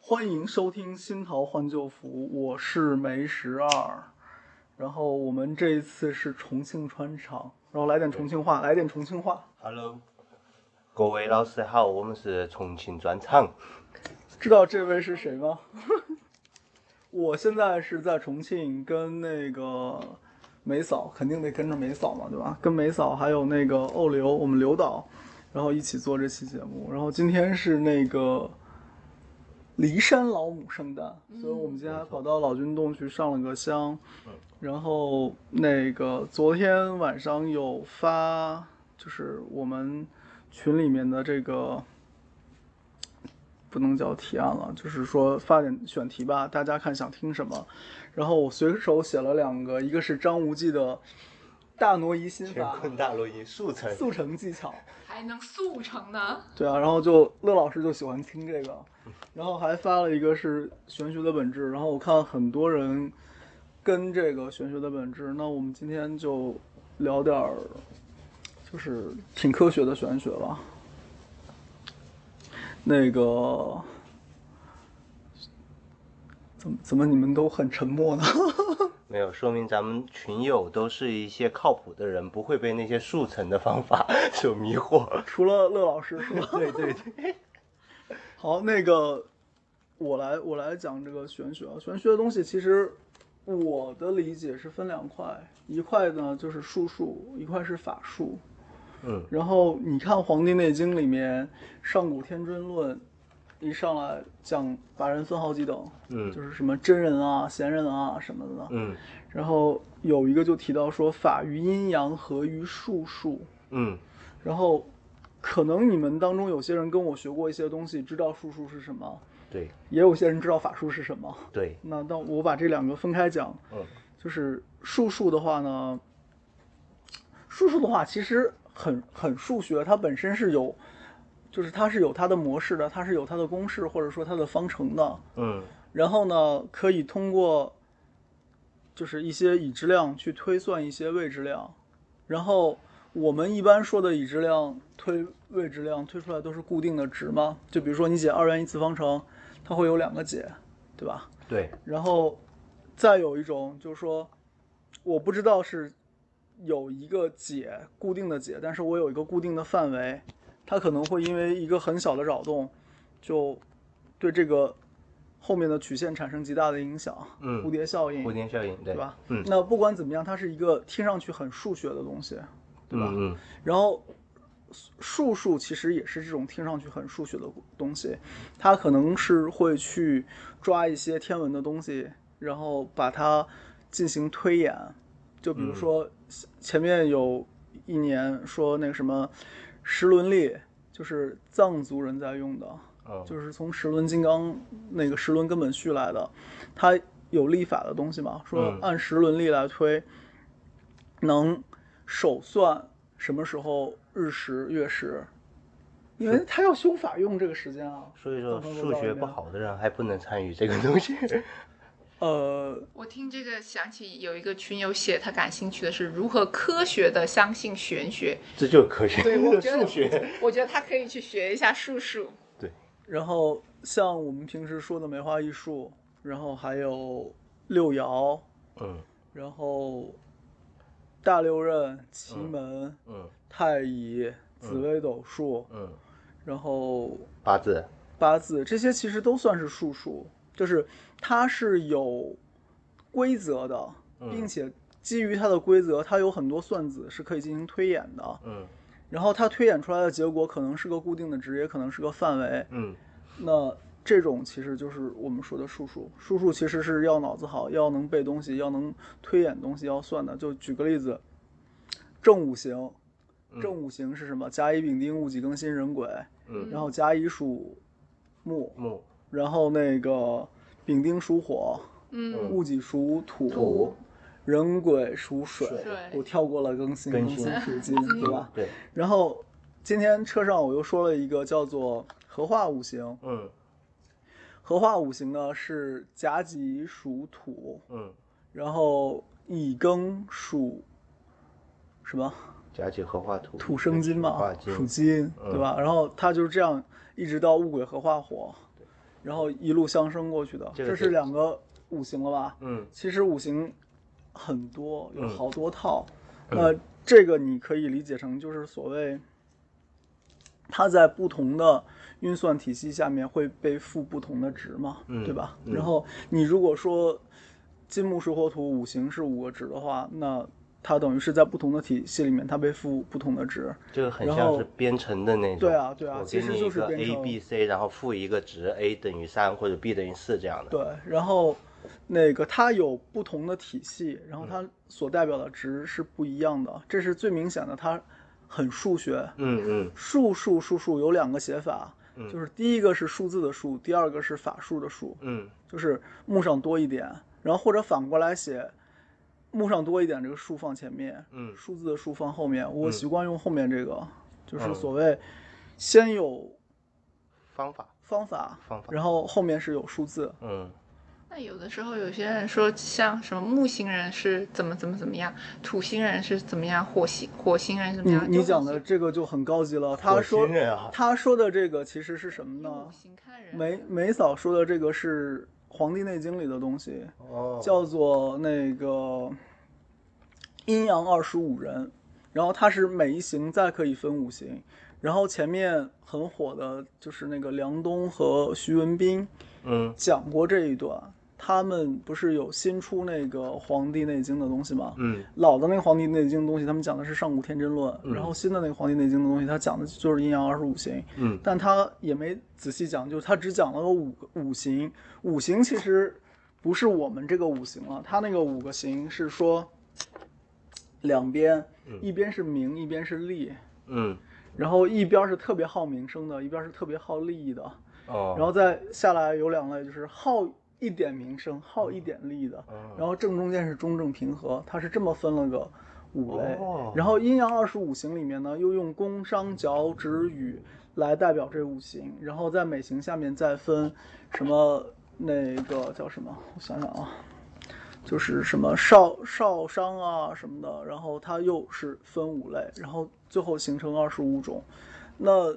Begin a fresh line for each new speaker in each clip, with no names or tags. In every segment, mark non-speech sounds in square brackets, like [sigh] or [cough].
欢迎收听新桃换旧符，我是梅十二。然后我们这一次是重庆专场，然后来点重庆话，来点重庆话。
Hello，各位老师好，我们是重庆专场。
知道这位是谁吗？ [laughs] 我现在是在重庆，跟那个梅嫂，肯定得跟着梅嫂嘛，对吧？跟梅嫂还有那个欧刘，我们刘导，然后一起做这期节目。然后今天是那个骊山老母圣诞，所以我们今天还跑到老君洞去上了个香。
嗯
然后那个昨天晚上有发，就是我们群里面的这个不能叫提案了，就是说发点选题吧，大家看想听什么。然后我随手写了两个，一个是张无忌的《大挪移心
乾
法
坤大挪移速成》，
速成技巧，
还能速成呢？
对啊，然后就乐老师就喜欢听这个，然后还发了一个是玄学的本质，然后我看很多人跟这个玄学的本质，那我们今天就聊点儿，就是挺科学的玄学吧。那个怎么怎么你们都很沉默呢？
没有说明咱们群友都是一些靠谱的人，不会被那些速成的方法 [laughs] 所迷惑。
除了乐老师是吧？
[laughs] 对对对，
[laughs] 好，那个我来我来讲这个玄学啊，玄学的东西其实我的理解是分两块，一块呢就是术数，一块是法术。
嗯，
然后你看《黄帝内经》里面《上古天真论》，一上来讲把人分好几等，
嗯
就是什么真人啊、贤人啊什么的。
嗯
然后有一个就提到说法于阴阳，合于术数。
嗯，
然后可能你们当中有些人跟我学过一些东西，知道术数是什么，
对
也有些人知道法术是什么。
对，
那那我把这两个分开讲，
嗯
就是术数的话呢，术数的话其实很很数学，它本身是有，就是它是有它的模式的，它是有它的公式或者说它的方程的。
嗯
然后呢，可以通过就是一些已知量去推算一些未知量，然后我们一般说的已知量推未知量推出来都是固定的值嘛，就比如说你解二元一次方程，它会有两个解，对吧？
对，
然后再有一种就是说，我不知道是有一个解固定的解，但是我有一个固定的范围，它可能会因为一个很小的扰动，就对这个后面的曲线产生极大的影响，
嗯
蝴蝶效应，
蝴蝶效应，
对
对
吧？
嗯
那不管怎么样，它是一个听上去很数学的东西，对吧？
嗯嗯
然后数数其实也是这种听上去很数学的东西，它可能是会去抓一些天文的东西，然后把它进行推演。就比如说前面有一年说那个什么时轮历，就是藏族人在用的，
嗯，
就是是从《十轮金刚》那个《十轮根本序》来的，它有历法的东西嘛，说
嗯
按十轮历来推，能手算什么时候日食月食，因为它要修法用这个时间啊。
所以说
藏头
数
露
学
脑
不
里面，
好的人还不能参与这个东西。
呃，
我听这个想起有一个群友写，他感兴趣的是如何科学的相信玄学。
[laughs] 这就是科学，
对我觉得
数学。
我觉得他可以去学一下术数。
然后像我们平时说的梅花易数，然后还有六爻，
嗯
然后大六壬、奇
嗯
门、
嗯
太乙、紫微斗数，
嗯，
然后
八字，
八字这些其实都算是术数，就是它是有规则的，
嗯
并且基于它的规则，它有很多算子是可以进行推演的。
嗯
然后它推演出来的结果可能是个固定的值，也可能是个范围。
嗯
那这种其实就是我们说的术数。术数其实是要脑子好，要能背东西，要能推演东西，要算的。就举个例子，正五行，正五行是什么？甲乙丙丁戊己庚辛壬癸，
嗯
然后甲乙属木，
木
然后那个丙丁属火，
嗯，
戊己属土，
土
壬癸属水。我
对，
跳过了更新，
更
更
新
属金，对吧？
对，
然后今天车上我又说了一个叫做合化五行，
嗯
合化五行呢是甲己属土，
嗯，
然后乙庚属什么？
甲己合化土，
土生金嘛
化，
属
金，
金，
嗯
对吧？然后它就是这样，一直到戊癸合化火，然后一路相升过去的。
这个
这
是
是两个五行了吧？
嗯
其实五行很多，有
嗯
好多套。
嗯
那这个你可以理解成就是所谓，它在不同的运算体系下面会被赋不同的值嘛，
嗯
对吧？
嗯
然后你如果说金木水火土五行是五个值的话，那它等于是在不同的体系里面，它被赋不同的值。
这个很
然
像
后
是编程的那种。
对啊对啊
我
其
给
实
你
就
一
是
个
编
A、
程
B、C，然后赋一个值 a 等于三或者 b 等于四这样的。
对，然后那个它有不同的体系，然后
嗯
它所代表的值是不一样的，这是最明显的，它很数学。
嗯嗯
数数数数有两个写法，
嗯
就是第一个是数字的数，第二个是法术的术，
嗯
就是木上多一点，然后或者反过来写木上多一点，这个数放前面，
嗯
数字的数放后面。我
嗯
习惯用后面这个，就是
嗯
所谓先有
方法
方法，
方法。
然后后面是有数字。
嗯
那有的时候有些人说，像什么木星人是怎么怎么怎么样，土星人是怎么样，火星火星人是怎么
你
样？
你讲的这个就很高级了，他
火
说
星人啊
他说的这个其实是什么呢
五？行看人
梅梅嫂说的这个是《黄帝内经》里的东西，
哦
叫做那个阴阳二十五人，然后它是每一行再可以分五行，然后前面很火的就是那个梁冬和徐文斌
嗯
讲过这一段，他们不是有新出那个《黄帝内经》的东西吗？
嗯
老的那个《黄帝内经》的东西，他们讲的是上古天真论，
嗯
然后新的那个《黄帝内经》的东西，它讲的就是阴阳二十五行，
嗯
但他也没仔细讲，就是他只讲了个五五行，五行其实不是我们这个五行了，啊他那个五个行是说两边，一边是名，一边是利，
嗯
然后一边是特别好名声的，一边是特别好利益的，
哦，
然后再下来有两类，就是好一点名声，好一点利益的，
嗯
然后正中间是中正平和，它是这么分了个五类。
哦
然后阴阳二十五行里面呢，又用宫、商、角、徵、羽来代表这五行，然后在每行下面再分什么那个叫什么，我想想啊。就是什么少少商啊什么的，然后它又是分五类，然后最后形成二十五种。那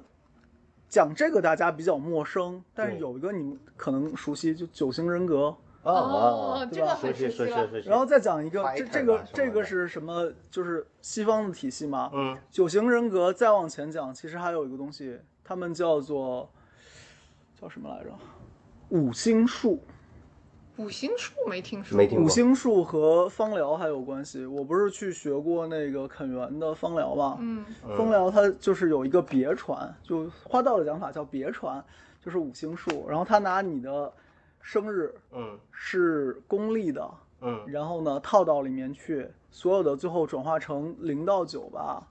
讲这个大家比较陌生，但是
对
有一个你们可能熟悉，就九型人格。
哦
哦这
对吧说
个很
起
熟
说
悉
起
了
说起，
然后再讲一个，
Fighter
这
啊
这个
什么的
这个是什么？就是西方的体系嘛。
嗯
九型人格再往前讲，其实还有一个东西，他们叫做叫什么来着？五星术，
五行术没听说，
没听过
五星术和芳疗还有关系。我不是去学过那个肯源的芳疗吗？
嗯，
风疗它就是有一个别传，就花道的讲法叫别传，就是五星术。然后他拿你的生日
嗯
是公历的，
嗯
然后呢套到里面去，所有的最后转化成零到九吧。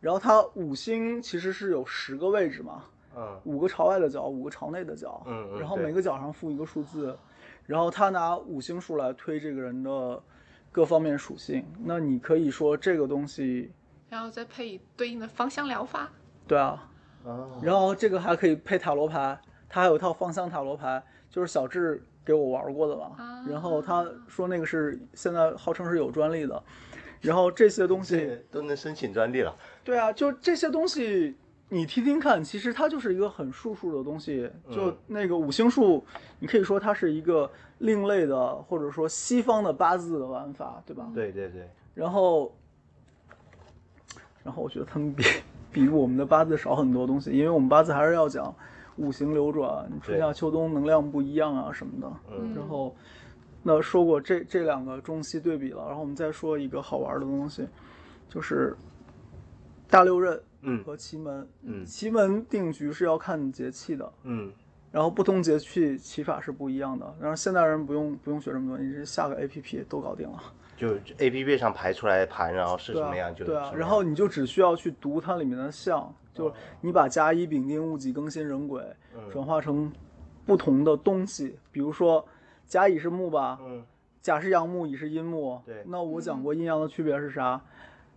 然后它五星其实是有十个位置嘛，
嗯
五个朝外的角，五个朝内的角，
嗯嗯
然后
对
每个角上附一个数字，然后他拿五星数来推这个人的各方面属性。那你可以说这个东西，
然后再配对应的芳香疗法。
对啊，
哦
然后这个还可以配塔罗牌，它还有一套芳香塔罗牌，就是小智给我玩过的嘛。
啊
然后他说那个是现在号称是有专利的，然后这些东
这
西，
都能申请专利了。
对啊，就这些东西你听听看，其实它就是一个很术数的东西。就
嗯
那个五星术，你可以说它是一个另类的，或者说西方的八字的玩法，对吧？
对对对，
然后，然后我觉得他们比比我们的八字少很多东西，因为我们八字还是要讲五行流转，春夏秋冬能量不一样啊什么的。
嗯
然后，那说过这这两个中西对比了，然后我们再说一个好玩的东西，就是大六壬
嗯
和奇门。
嗯
奇门定局是要看节气的，
嗯
然后不同节气起法是不一样的。然后现代人不用不用学这么多，你直接下个 A P P 都搞定了。
就 A P P 上排出来的盘，然后是
对
什
啊
么样就是
对
什
啊
么，嗯
然
样
后你就只需要去读它里面的象，就是你把甲乙丙丁戊己庚辛壬癸
嗯
转化成不同的东西，比如说甲乙是木吧，
嗯
甲是阳木，乙是阴木。
对嗯
那我讲过阴阳的区别是啥？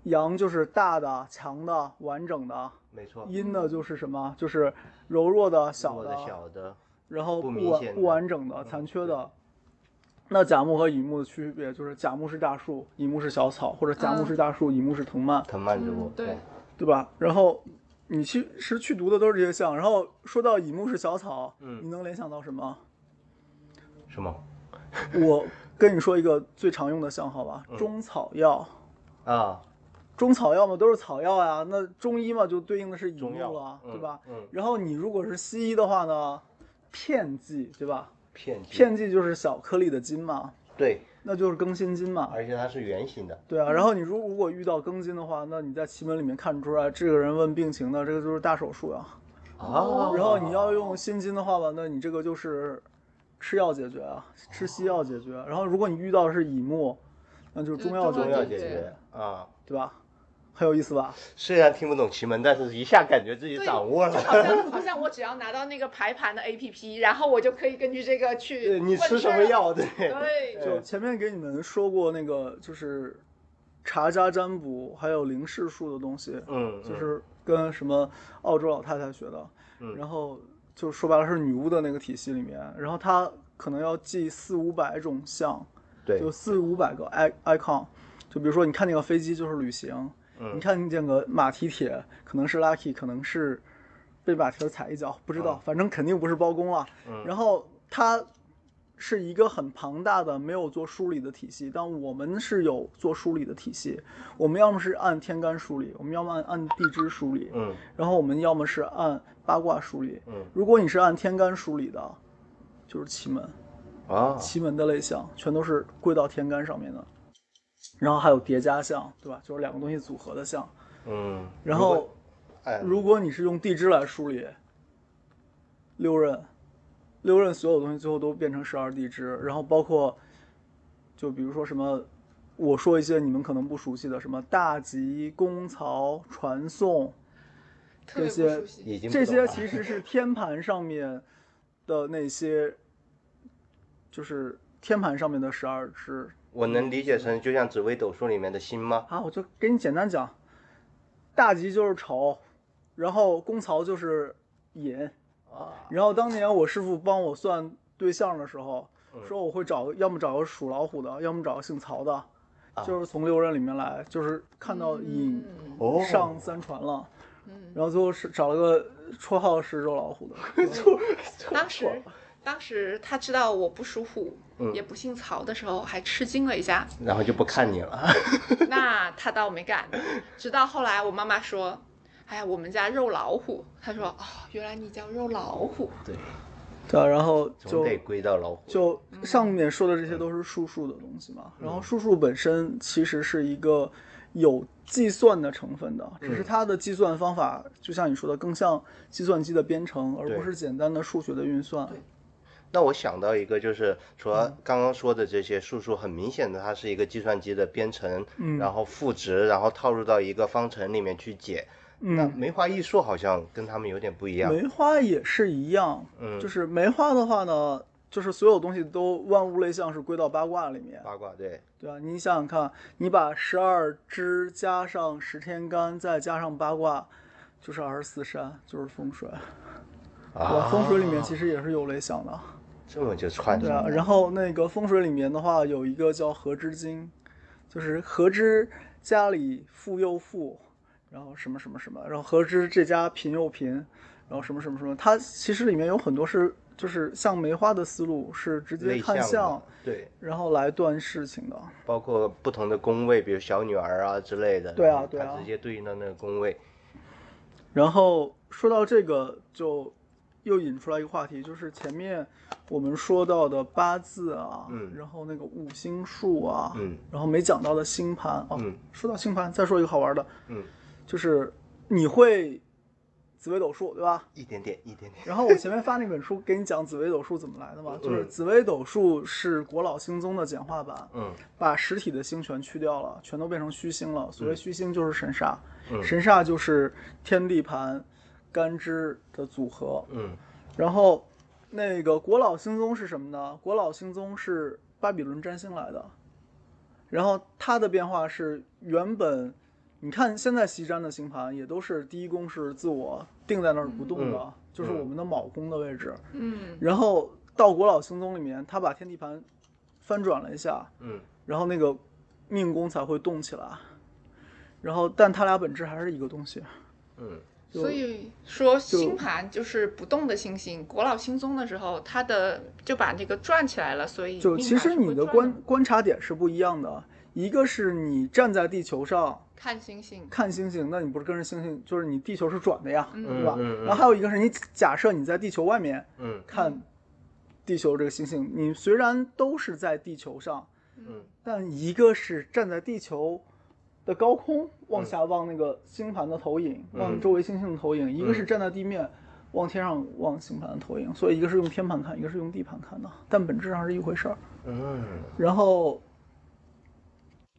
阳就是大的、强的、完整的；
没错，
阴的就是什么？就是柔弱的、小
我
的嗯
嗯的，小的
然后
不
不
明
完
显的嗯
不完整的、残缺的。那甲木和乙木的区别就是，甲木是大树，乙木是小草，或者甲木
嗯
是大树，乙木是藤蔓。
藤蔓植物
嗯，对
对吧？然后你其实去读的都是这些象。然后说到乙木是小草，
嗯
你能联想到什么？
什么
我跟你说一个最常用的象，好吧？
嗯
中草药，
啊？
中草药嘛都是草药呀，那中医嘛就对应的是乙
中
木
药
了，
嗯
对吧？
嗯，
然后你如果是西医的话呢，片剂对吧？
片剂
片剂就是小颗粒的金嘛，
对，
那就是庚辛金嘛。
而且它是圆形的，
对啊，然后你如如果遇到庚金的话，那你在奇门里面看出来这个人问病情的，这个就是大手术啊。
哦
然后你要用辛金的话吧，那你这个就是吃药解决啊，吃西药解决。然后如果你遇到的是乙木，那就是中药解
中
中
药
决，
解决啊。
对吧？很有意思吧？
虽然听不懂奇门，但是一下感觉自己
对
掌握
就
了。
好像好像我只要拿到那个排盘的 APP，然后我就可以根据这个去
对你
问
吃什么
这儿？
药？对，嗯
对，
就前面给你们说过那个，就是查家占卜还有灵视术的东西，
嗯，嗯
就是跟什么澳洲老太太学的，
嗯
然后就说白了是女巫的那个体系里面，然后她可能要记四五百种像，
对
就四五百个 i icon，就比如说你看那个飞机就是旅行，
嗯
你看见个马蹄铁可能是 lucky，可能是被马蹄儿踩一脚，不知道，反正肯定不是包公了。
嗯
然后它是一个很庞大的没有做梳理的体系，但我们是有做梳理的体系。我们要么是按天干梳理，我们要么按按地支梳理，
嗯
然后我们要么是按八卦梳理。
嗯
如果你是按天干梳理的，就是奇门。
啊，
奇门的类象，全都是归到天干上面的。然后还有叠加象，对吧？就是两个东西组合的象。
嗯，
然
如
后
果哎，
如果你是用地支来梳理，六壬，六壬所有东西最后都变成十二地支，然后包括，就比如说什么，我说一些你们可能不熟悉的，什么大吉、公曹、传送，
特别
这
不
些
熟悉。
已经不
这
懂
些
了
其实是天盘上面的那些，就是天盘上面的十二支，
我能理解成就像紫微斗数里面的星吗？
啊，我就给你简单讲，大吉就是丑，然后公曹就是寅。
啊，
然后当年我师傅帮我算对象的时候，说我会找个，要么找个属老虎的，要么找个姓曹的，就是从六壬里面来，就是看到寅
嗯
哦
上三传了，
嗯，
然后最后是找了个绰号是肉老虎的，
当时当时他知道我不属虎，
嗯
也不姓曹的时候，还吃惊了一下。
然后就不看你了。
啊
那他倒
[laughs]
没敢，直到后来我妈妈说：“哎呀，我们家肉老虎。”她说：“哦，原来你叫肉老虎。
对，
对啊，然后
总
就
得归到老虎。
就
嗯
上面说的这些都是术数的东西嘛，然后术数本身其实是一个有计算的成分的，只
嗯
是它的计算方法就像你说的，更像计算机的编程，而
对
不是简单的数学的运算。
那我想到一个，就是除了刚刚说的这些数数，很明显的它是一个计算机的编程，
嗯
然后赋值，然后套入到一个方程里面去解。那
嗯，
梅花易数好像跟他们有点不一样。
梅花也是一样，
嗯
就是梅花的话呢，就是所有东西都万物类象是归到八卦里面，
八卦对，
对吧？你想想看，你把十二支加上十天干，再加上八卦，就是二十四山，就是风水。对吧？
啊，
风水里面其实也是有类想的，
这么就串起
对
来
啊。
了。
然后那个风水里面的话，有一个叫合之经，就是合之家里富又富，然后什么什么什么，然后合之这家贫又贫，然后什么什么什么。它其实里面有很多是就是像梅花的思路，是直接
类
看
项
相
的，对，
然后来断事情的。
包括不同的宫位，比如小女儿啊之类的，
对啊
然后
对啊
它直接对应到那个宫位。
然后说到这个，就又引出来一个话题，就是前面我们说到的八字啊，
嗯
然后那个五行术啊，
嗯
然后没讲到的星盘哦，
嗯
说到星盘，再说一个好玩的，
嗯，
就是你会紫微斗数对吧？
一点点，一点点。
然后我前面发那本书给你讲紫微斗数怎么来的嘛，就是
嗯
紫微斗数是国老星宗的简化版，
嗯
把实体的星全去掉了，全都变成虚星了。所谓虚星就是神煞，
嗯
神煞就是天地盘、干支的组合。
嗯
然后那个国老星宗是什么呢？国老星宗是巴比伦占星来的，然后它的变化是原本。你看，现在西占的星盘也都是第一宫是自我定在那儿不动的，
嗯
就是我们的卯宫的位置。”
嗯，
然后到国老星宗里面，他把天地盘翻转了一下，
嗯
然后那个命宫才会动起来。然后，但它俩本质还是一个东西，
嗯，
就
所以说
就
星盘就是不动的星星，国老星宗的时候，它的就把这个转起来了，所以
就
命
其
盘
实
是
你
会
的
转
观
嘛
观察点是不一样的，一个是你站在地球上
看星星，
看星星，那你不是跟着星星，就是你地球是转的呀，对吧？
嗯嗯嗯
然后还有一个是你假设你在地球外面
嗯
看地球这个星星，你虽然都是在地球上，
嗯
但一个是站在地球的高空往下望那个星盘的投影，
嗯
望周围星星的投影；一个是站在地面望天上望星盘的投影。所以一个是用天盘看，一个是用地盘看的，但本质上是一回事儿。
嗯
然后，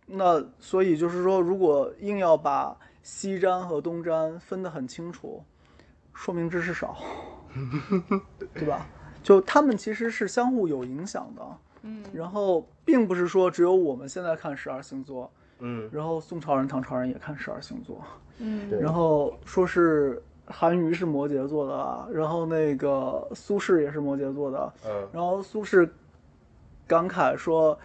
那所以就是说，如果硬要把西瞻和东瞻分得很清楚，说明知识少，对吧？就他们其实是相互有影响的。
嗯，
然后并不是说只有我们现在看十二星座，
嗯
然后宋朝人、唐朝人也看十二星座，
嗯
对
然后说是韩愈是摩羯座的啊，然后那个苏轼也是摩羯座的，
嗯
然后苏轼感慨说，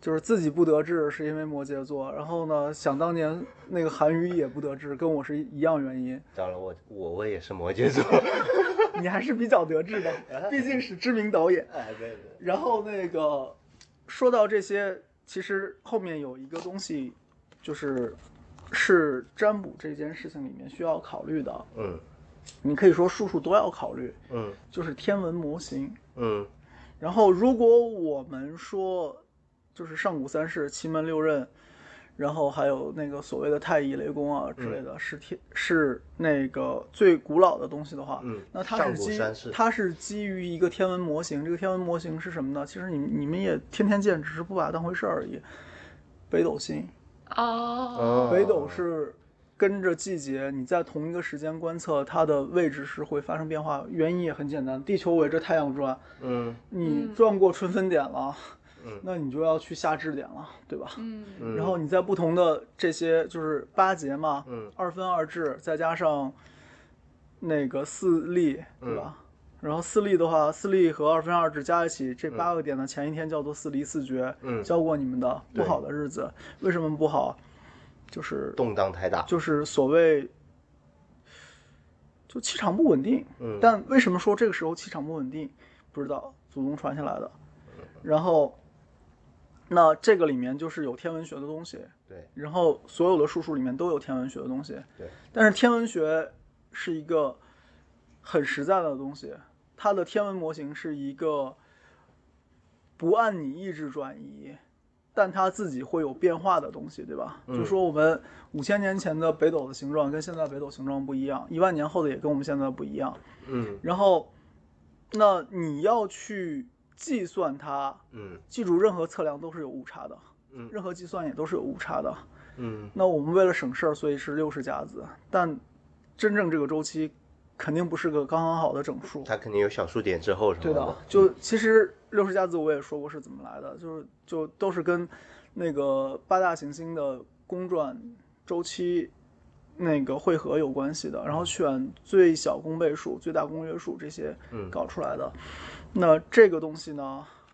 就是自己不得志是因为摩羯座，然后呢，想当年那个韩愈也不得志，跟我是一样原因， [laughs]
糟了，我我我也是摩羯座。
你还是比较得志的，毕竟是知名导演。
哎，对对，
然后那个说到这些，其实后面有一个东西，就是是占卜这件事情里面需要考虑的，啊
嗯
你可以说术数都要考虑，
嗯
就是天文模型。
嗯
然后如果我们说就是上古三世、奇门六壬，然后还有那个所谓的太乙雷公啊之类的，
嗯
是天是那个最古老的东西的话，
嗯
那它
上
是
古
基
三世
它是基于一个天文模型，这个天文模型是什么呢？其实你你们也天天见，只是不把它当回事儿而已。北斗星，呃
哦，
哦，
北斗是跟着季节，你在同一个时间观测它的位置是会发生变化，原因也很简单，地球围着太阳转，
嗯
你
嗯
转过春分点了，
嗯
[laughs] 那你就要去夏至点了，对吧？
嗯
嗯，
然后你在不同的这些就是八节嘛，
嗯
二分二至，再加上那个四粒，对吧？
嗯
然后四粒的话，四粒和二分二至加一起，这八个点的前一天叫做四离四绝，
嗯
教过你们的不
对
好的日子，为什么不好？就是
动荡太大，
就是所谓就气场不稳定。
嗯
但为什么说这个时候气场不稳定？不知道，祖宗传下来的。然后，那这个里面就是有天文学的东西，
对
然后所有的术数里面都有天文学的东西。
对，
但是天文学是一个很实在的东西，它的天文模型是一个不按你意志转移，但它自己会有变化的东西，对吧？就说我们五千年前的北斗的形状跟现在北斗形状不一样，一万年后的也跟我们现在不一样。
嗯
然后，那你要去计算它，
嗯
记住任何测量都是有误差的，
嗯
任何计算也都是有误差的。
嗯
那我们为了省事儿，所以是六十甲子，但真正这个周期肯定不是个刚刚好的整数。
他肯定有小数点之后什
对
么
的
的，，
就其实六十甲子我也说过是怎么来的，就是就都是跟那个八大行星的公转周期那个汇合有关系的，然后选最小公倍数、最大公约数这些
嗯
搞出来的。那这个东西呢，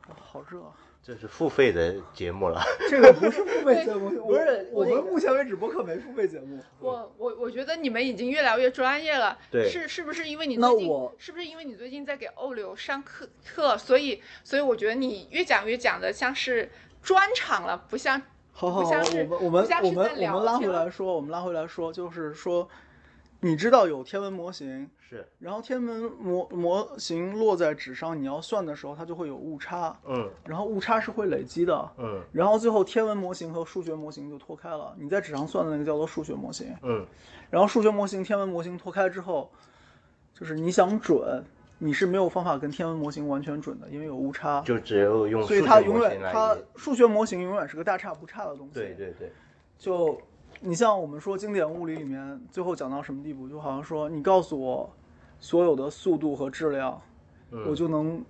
哇好热、啊。
这是付费的节目了。
[laughs]
[laughs]
这个不是付费节目，
不是
我
我那
们
个
目前为止播客没付费节目。
我我我觉得你们已经越来越专业了，
对
是是不是因为你
那
最近
我
是不是因为你最近在给欧流上课课，所以所以我觉得你越讲越讲的像是专场了，不像
好好
不
好，
像是
我们我们
不像
我
是
们
在
我
聊
们拉回
天
来说，我们拉回来说，就是说，你知道有天文模型，
是，
然后天文模模型落在纸上，你要算的时候，它就会有误差，
嗯
然后误差是会累积的，
嗯
然后最后天文模型和数学模型就脱开了。你在纸上算的那个叫做数学模型，
嗯
然后数学模型、天文模型脱开之后，就是你想准，你是没有方法跟天文模型完全准的，因为有误差，
就只有用数
所以
学
它
模
永远
型
它
来。
数学模型永远是个大差不差的东西。
对对对，
就你像我们说经典物理里面，最后讲到什么地步，就好像说你告诉我所有的速度和质量，
嗯
我就能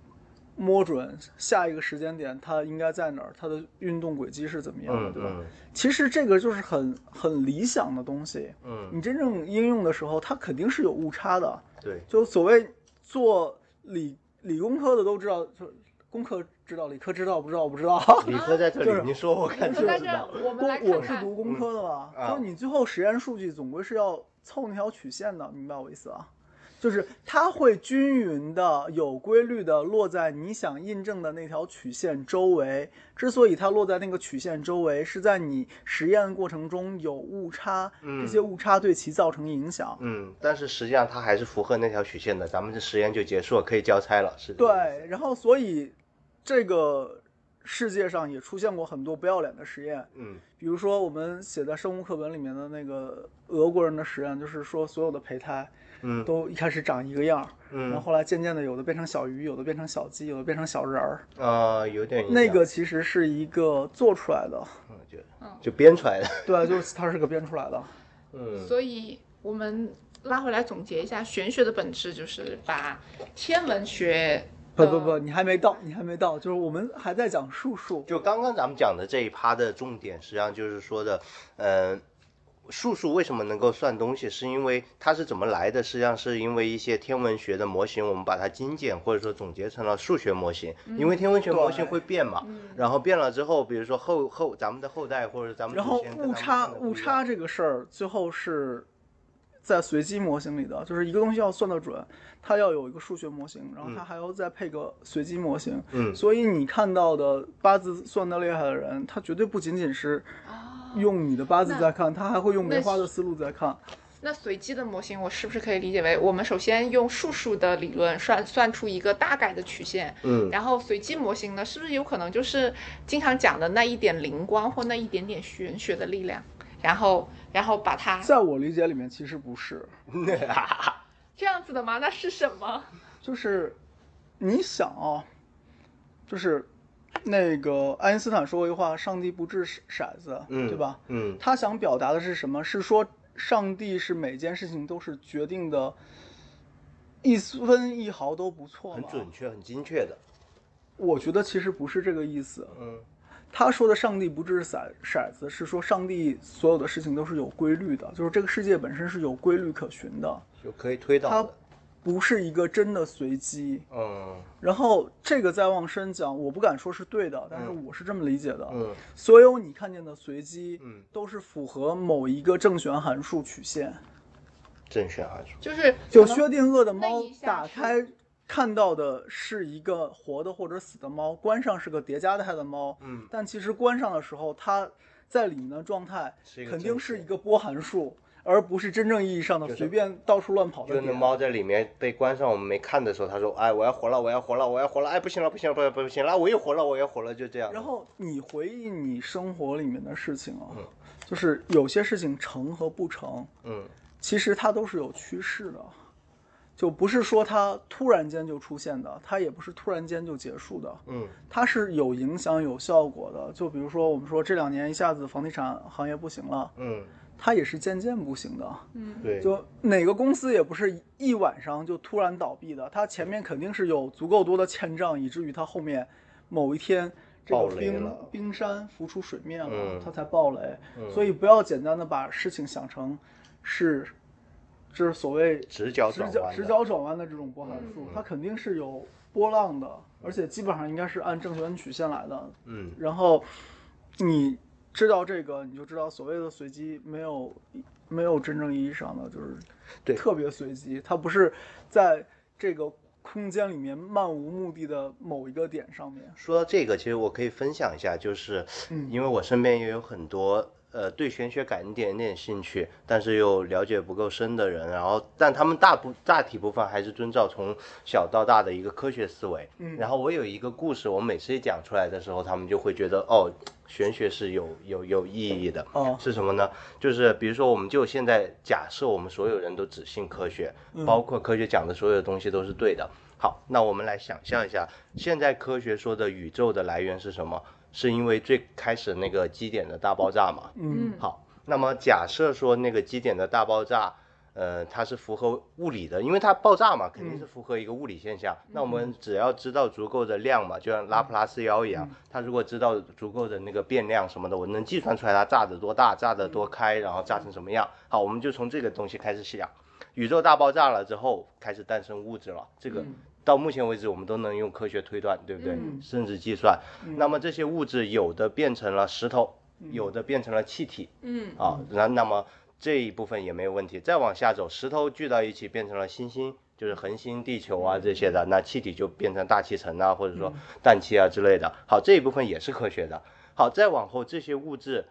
摸准下一个时间点它应该在哪儿，它的运动轨迹是怎么样的，
嗯
对吧？
嗯
其实这个就是很很理想的东西，
嗯，
你真正应用的时候，它肯定是有误差的。
对，
就所谓做理理工科的都知道，就是工科知道，理科知道，不知道我不知道。 [laughs]
[laughs] 理科在这
就
里
是，
您说我看知
说
不
在
知
这
道
儿？，我们
工
来看
我是
看
读工科的嘛，
嗯啊
就是你最后实验数据总归是要凑那条曲线的，明白我意思啊？就是它会均匀的、有规律的落在你想印证的那条曲线周围。之所以它落在那个曲线周围，是在你实验过程中有误差，
嗯
这些误差对其造成影响。
嗯，但是实际上它还是符合那条曲线的，咱们这实验就结束了，可以交差了，是这个意思
对，然后所以这个世界上也出现过很多不要脸的实验，
嗯
比如说我们写在生物课本里面的那个俄国人的实验，就是说所有的胚胎
嗯
都一开始长一个样儿，然后
嗯，
后来渐渐的有的变成小鱼，有的变成小鸡，有的变成小人儿。
呃，有点影
那
响
个，其实是一个做出来的，
我觉得
嗯
就编出来的，
对，啊就是它是个编出来的。
嗯
所以我们拉回来总结一下，玄学的本质就是把天文学
不
的
不不，你还没到，你还没到，就是我们还在讲术数。
就刚刚咱们讲的这一趴的重点，实际上就是说的，嗯、术数为什么能够算东西，是因为它是怎么来的？实际上是因为一些天文学的模型，我们把它精简或者说总结成了数学模型，
嗯
因为天文学模型会变嘛，然后变了之后，比如说后后咱们的后代或者咱们
然后
祖先跟
误
咱们
差
看的不一
误
样
差这个事儿，最后是在随机模型里的，就是一个东西要算得准，它要有一个数学模型，然后它还要再配个随机模型。
嗯
所以你看到的八字算得厉害的人，他绝对不仅仅是
啊、
用你的八字在看，他还会用梅
那
花
是
的思路在看。
那随机的模型，我是不是可以理解为，我们首先用数数的理论算算出一个大概的曲线，
嗯
然后随机模型呢，是不是有可能就是经常讲的那一点灵光或那一点点玄学的力量，然后然后把它
在我理解里面，其实不是，
嗯
这样子的吗？那是什么？
就是你想啊，就是那个爱因斯坦说过一句话：“上帝不掷骰子”，
嗯，
[laughs] 对吧？？
嗯
他想表达的是什么？是说上帝是每件事情都是决定的，一分一毫都不错
很
吗？
准确、很精确的，
我觉得其实不是这个意思。
嗯
他说的“上帝不掷骰骰子”是说上帝所有的事情都是有规律的，就是这个世界本身是有规律可循的，
就可以推导
它
的，
不是一个真的随机。
嗯
然后这个再往深讲，我不敢说是对的，但是
嗯
我是这么理解的。
嗯
所有你看见的随机，
嗯，
都是符合某一个正弦函数曲线。
正确而说，
就是
就
可能
薛定谔的猫
那一下
打
是
开看到的是一个活的或者死的猫，关上是个叠加态的猫，
嗯
但其实关上的时候，它在里面的状态
是一个
肯
正
定是
弦
一个波函数，而不是真正意义上的
就是
随便到处乱跑的
就那
点。啊
猫在里面被关上，我们没看的时候，它说：“哎，我要活了，我要活了，我要活了！哎，不行了，不行了，不不不行了，我又活了，我又活了，就这样。”
然后你回忆你生活里面的事情啊
嗯，
就是有些事情成和不成，
嗯
其实它都是有趋势的，就不是说它突然间就出现的，它也不是突然间就结束的。
嗯
它是有影响、有效果的。就比如说，我们说这两年一下子房地产行业不行了，
嗯，
它也是渐渐不行的。
嗯，
对，
就哪个公司也不是一晚上就突然倒闭的，它前面肯定是有足够多的欠账，以至于它后面某一天这个
爆雷
冰
了
冰山浮出水面了，
嗯
它才爆雷。啊
嗯
所以不要简单的把事情想成是，就是所谓
直角
直
转
角
弯的，
直角转弯的这种波函数，
嗯
它肯定是有波浪的，而且基本上应该是按正弦曲线来的。
嗯
然后你知道这个，你就知道所谓的随机没有没有真正意义上的就是
对
特别随机，它不是在这个空间里面漫无目的的某一个点上面。
说到这个，其实我可以分享一下，就是
嗯
因为我身边也有很多呃对玄学感一点点兴趣，但是又了解不够深的人，然后但他们大部大体部分还是遵照从小到大的一个科学思维。
嗯
然后我有一个故事，我每次一讲出来的时候，他们就会觉得哦，玄学是有有有意义的。
哦，
是什么呢？就是比如说，我们就现在假设我们所有人都只信科学，包括科学讲的所有的东西都是对的。好，那我们来想象一下，现在科学说的宇宙的来源是什么？是因为最开始那个基点的大爆炸嘛？
嗯
嗯
好，那么假设说那个基点的大爆炸，呃，它是符合物理的，因为它爆炸嘛，肯定是符合一个物理现象。那我们只要知道足够的量嘛，就像拉普拉斯妖一样，它如果知道足够的那个变量什么的，我能计算出来它炸得多大，炸得多开，然后炸成什么样。好，我们就从这个东西开始想。宇宙大爆炸了之后开始诞生物质了，这个
嗯
到目前为止我们都能用科学推断，对不对？
嗯
甚至计算。那么这些物质有的变成了石头，有的变成了气体
嗯
啊，那那么这一部分也没有问题。再往下走，石头聚到一起变成了星星。就是恒星、地球啊这些的，那气体就变成大气层啊，或者说氮气啊之类的。好，这一部分也是科学的。好，再往后这些物质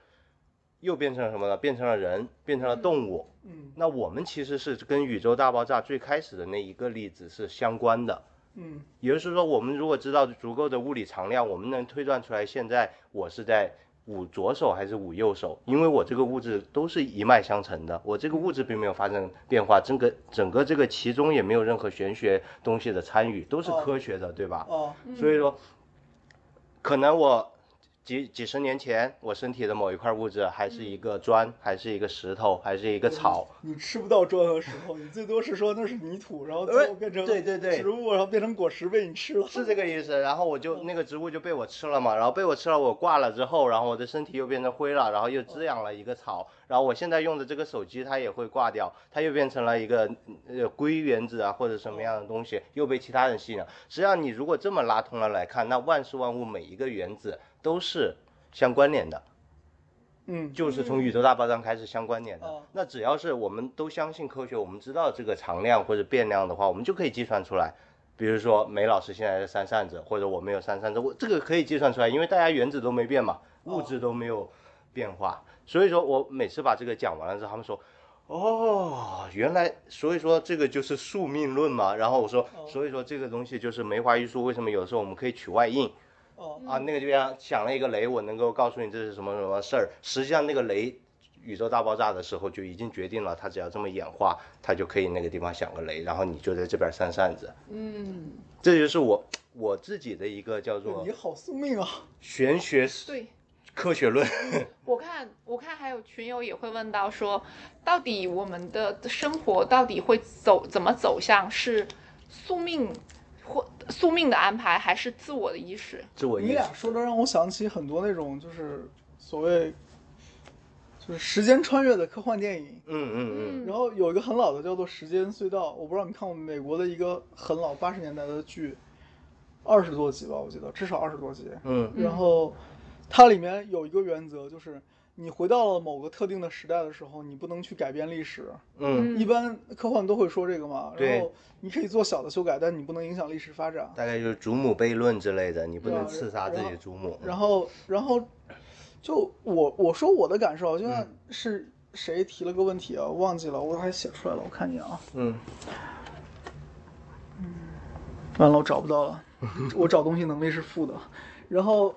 又变成了什么呢？变成了人，变成了动物。
嗯
那我们其实是跟宇宙大爆炸最开始的那一个粒子是相关的，
嗯
也就是说，我们如果知道足够的物理常量，我们能推断出来现在我是在捂左手还是捂右手，因为我这个物质都是一脉相承的，我这个物质并没有发生变化，整个整个这个其中也没有任何玄学东西的参与，都是
哦
科学的，对吧？
哦
嗯
所以说，可能我几几十年前我身体的某一块物质还是一个砖，还是一个石头，还是一个草。
你吃不到砖和石头，你最多是说那是泥土，然后最后变成
哎对对对
植物，然后变成果实被你吃了。
是这个意思。然后我就那个植物就被我吃了嘛，然后被我吃了，我挂了之后，然后我的身体又变成灰了，然后又滋养了一个草，然后我现在用的这个手机它也会挂掉，它又变成了一个呃硅原子啊或者什么样的东西，又被其他人吸引了。实际上你如果这么拉通了来看，那万事万物每一个原子都是相关联的。
嗯
就是从宇宙大爆炸开始相关联的。
哦
那只要是我们都相信科学，我们知道这个常量或者变量的话，我们就可以计算出来。比如说梅老师现在是三扇子，或者我没有三扇子，我这个可以计算出来，因为大家原子都没变嘛，物
哦
质都没有变化。所以说我每次把这个讲完了之后，他们说。哦，原来所以说这个就是宿命论嘛。然后我说，
哦
所以说这个东西就是梅花易数。为什么有的时候我们可以取外应？
哦
啊，那个地方想了一个雷，我能够告诉你这是什么什么事儿。实际上那个雷，宇宙大爆炸的时候就已经决定了，它只要这么演化，它就可以那个地方想个雷，然后你就在这边扇扇子。
嗯，
这就是我我自己的一个叫做
你好宿命啊！
玄学
对。
科学论。
我看，我看还有群友也会问到说，到底我们的生活到底会走怎么走向？是宿命或宿命的安排，还是自我的意识？
这我
你
一
俩说的让我想起很多那种就是所谓就是时间穿越的科幻电影。
嗯嗯嗯，
然后有一个很老的叫做《时间隧道》，我不知道你看过美国的一个很老八十年代的剧，二十多集吧，我记得至少二十多集。
嗯
然后它里面有一个原则，就是你回到了某个特定的时代的时候，你不能去改变历史。
嗯，
一般科幻都会说这个嘛，
对
然后你可以做小的修改，但你不能影响历史发展。
大概就是祖母悖论之类的，你不能
对啊
刺杀自己
然
的祖母。
然后，然后就我我说我的感受，啊就像是谁提了个问题啊，我忘记了，我还写出来了，我看一眼啊。
嗯
完了，我找不到了，我找东西能力是负的。然后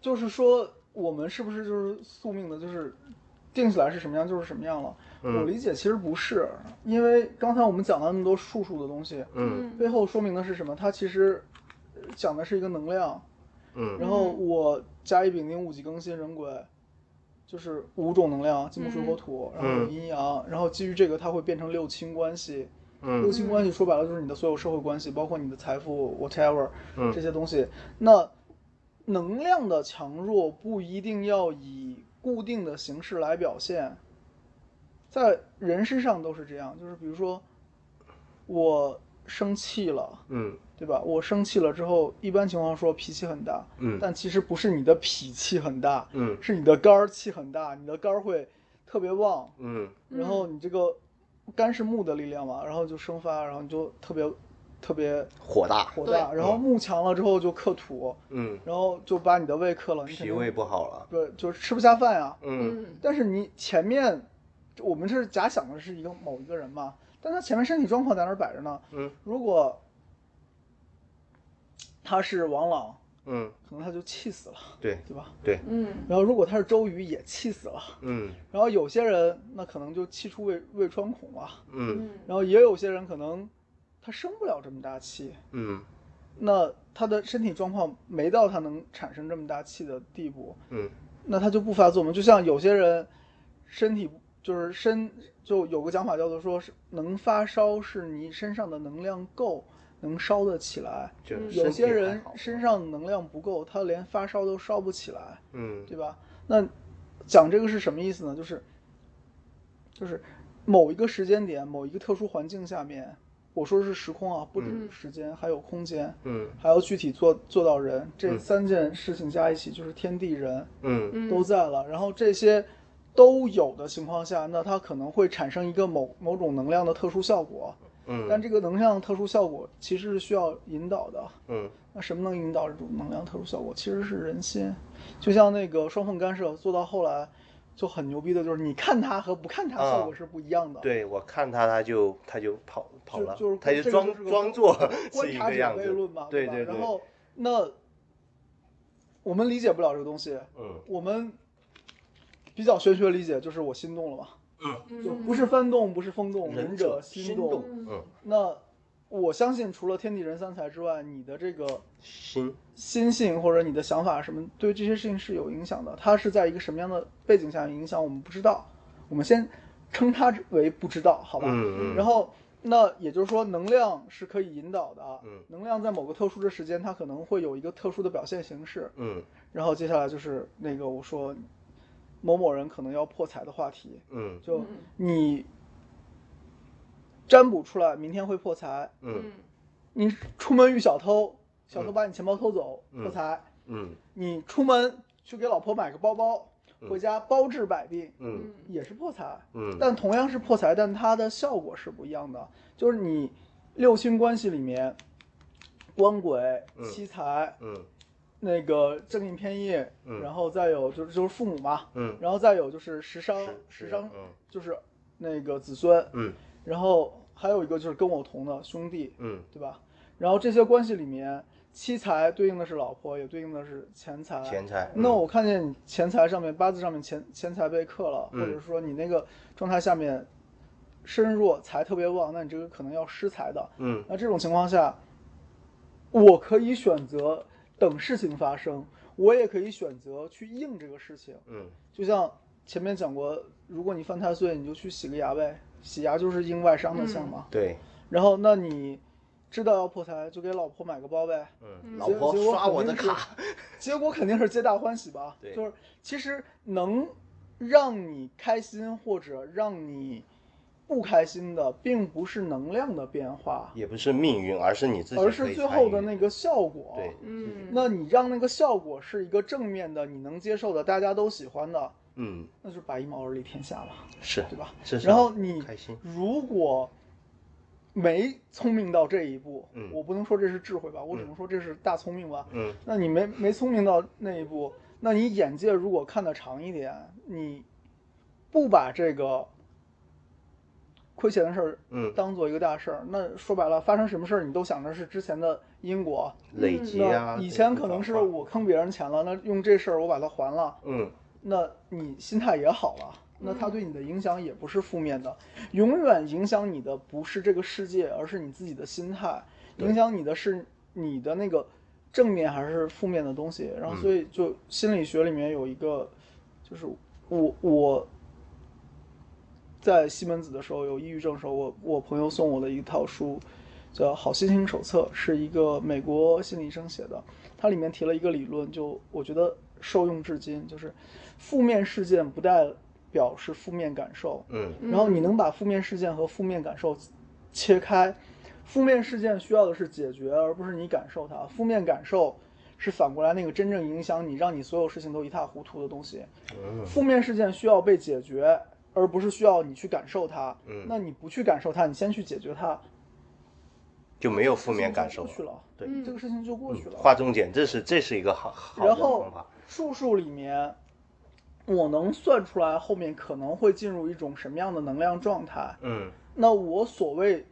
就是说，我们是不是就是宿命的，就是定下来是什么样就是什么样了？我理解其实不是，因为刚才我们讲了那么多术数的东西，
嗯
背后说明的是什么？它其实呃讲的是一个能量。
嗯
然后我甲乙丙丁戊己庚辛壬癸，就是五种能量，金木水火土，然后有阴阳，然后基于这个它会变成六亲关系。六
嗯
亲关系说白了就是你的所有社会关系，包括你的财富，whatever
嗯
这些东西。那能量的强弱不一定要以固定的形式来表现，在人身上都是这样。就是比如说，我生气了，
嗯
对吧？我生气了之后，一般情况说脾气很大，
嗯
但其实不是你的脾气很大，
嗯
是你的肝儿气很大，你的肝儿会特别旺，
嗯
然后你这个肝是木的力量嘛，然后就生发，然后你就特别特别
火大。
火大，然后木强了之后就克土，
嗯，
然后就把你的胃克了，你肯
脾
定
胃不好了。
对，就是吃不下饭呀、
嗯
嗯
但是你前面，我们是假想的是一个某一个人嘛，但他前面身体状况在那儿摆着呢。
嗯，
如果他是王朗，
嗯，
可能他就气死了，
对
对吧？
对，
嗯
然后如果他是周瑜，也气死了。
嗯
然后有些人那可能就气出胃胃穿孔了，
嗯
嗯
然后也有些人可能他生不了这么大气，
嗯
那他的身体状况没到他能产生这么大气的地步。
嗯
那他就不发作嘛。就像有些人身体就是身就有个讲法叫做说是能发烧是你身上的能量够，能烧得起来。
就
嗯
是
有
身
些
体
人
还好
身上能量不够，他连发烧都烧不起来，
嗯
对吧？那讲这个是什么意思呢？就是就是某一个时间点、某一个特殊环境下面，我说是时空啊，不只是时间，还有空间，
嗯
还要具体做做到人，这
嗯
三件事情加一起就是天地人
嗯
嗯，
都在了。然后这些都有的情况下，那它可能会产生一个某某种能量的特殊效果，
嗯，
但这个能量的特殊效果其实是需要引导的。
嗯
那什么能引导这种能量特殊效果？其实是人心，就像那个双缝干涉做到后来就很牛逼的，就是你看它和不看它
啊
效果是不一样的。，
对我看他他就他就跑跑
就
了，
就是
他就
这个
装
就是个
装作
观
是一
察
个
者
样
悖
子，
论嘛，
对
吧？
对对
然，后那我们理解不了这个东西，
嗯
我们比较玄学理解就是我心动了嘛，就
嗯
不是翻动，不是风动，
仁
仁
者
心
心
动。
动
嗯
嗯
那我相信，除了天地人三才之外，你的这个
心
心性或者你的想法什么，对这些事情是有影响的。它是在一个什么样的背景下影响，我们不知道。我们先称它为不知道，好吧？
嗯嗯
然后，那也就是说，能量是可以引导的啊。
嗯
能量在某个特殊的时间，它可能会有一个特殊的表现形式。
嗯
然后接下来就是那个我说，某某人可能要破财的话题，
嗯
就
嗯
你占卜出来明天会破财，
嗯
你出门遇小偷，小偷把你钱包偷走，
嗯
破财。
嗯
你出门去给老婆买个包包，
嗯
回家包治百病，
嗯
嗯
也是破财。
嗯，
但同样是破财，但它的效果是不一样的。就是你六亲关系里面，官鬼、
嗯
七财、
嗯
那个正印偏印，
嗯
然后再有就是就是父母嘛，
嗯
然后再有就是食伤，食伤
嗯
就是那个子孙，
嗯
然后还有一个就是跟我同的兄弟，
嗯
对吧？然后这些关系里面，七财对应的是老婆，也对应的是钱财。
钱财，嗯
那我看见你钱财上面八字上面钱钱财被克了，
嗯
或者说你那个状态下面身弱财特别旺，那你这个可能要失财的。
嗯
那这种情况下，我可以选择等事情发生，我也可以选择去应这个事情。
嗯
就像前面讲过，如果你犯太岁，你就去洗个牙呗，洗牙就是应外伤的项嘛。
对，
然后那你知道要破财，就给老婆买个包呗。
嗯
嗯
老
结
婆
结果
刷
肯
我的
定是
卡，
结果肯定是皆大欢喜吧。
[laughs] 对
就是其实能让你开心或者让你不开心的，并不是能量的变化，
也不是命运，而是你自己
而
可
是
以
最
参
后的
与
那个效果。
对，
嗯，
那你让那个效果是一个正面的，你能接受的，大家都喜欢的，
嗯
那就是白衣毛而立天下嘛，
是
对吧？
至少
然后你
开心，
如果没聪明到这一步，
嗯
我不能说这是智慧吧，我只能说这是大聪明吧。
嗯
那你没没聪明到那一步，那你眼界如果看得长一点，你不把这个亏钱的事儿
嗯，
当做一个大事儿，那说白了，发生什么事儿你都想着是之前的因果。
累积
那
啊，
嗯以
这
前
个
可能是
转化，
我坑别人钱了，那用这事儿我把它还了，
嗯
那你心态也好了，那它对你的影响也不是负面的。永远影响你的不是这个世界，而是你自己的心态，
对
影响你的是你的那个正面还是负面的东西。然后，
嗯
所以就心理学里面有一个，就是我我。在西门子的时候有抑郁症的时候，我我朋友送我的一套书，叫《好心情手册》，是一个美国心理医生写的。它里面提了一个理论，就我觉得受用至今，就是负面事件不代表是负面感受，
嗯
然后你能把负面事件和负面感受切开。负面事件需要的是解决，而不是你感受它。负面感受是反过来那个真正影响你，让你所有事情都一塌糊涂的东西。
嗯
负面事件需要被解决，而不是需要你去感受它。
嗯
那你不去感受它，你先去解决它，
就没有负面感
事
受
情就过去了，
对，
嗯
这个事情就过去了。
划重点，这是这是一个好嗯好的
然后
方法，
术数里面，我能算出来后面可能会进入一种什么样的能量状态。
嗯
那我所谓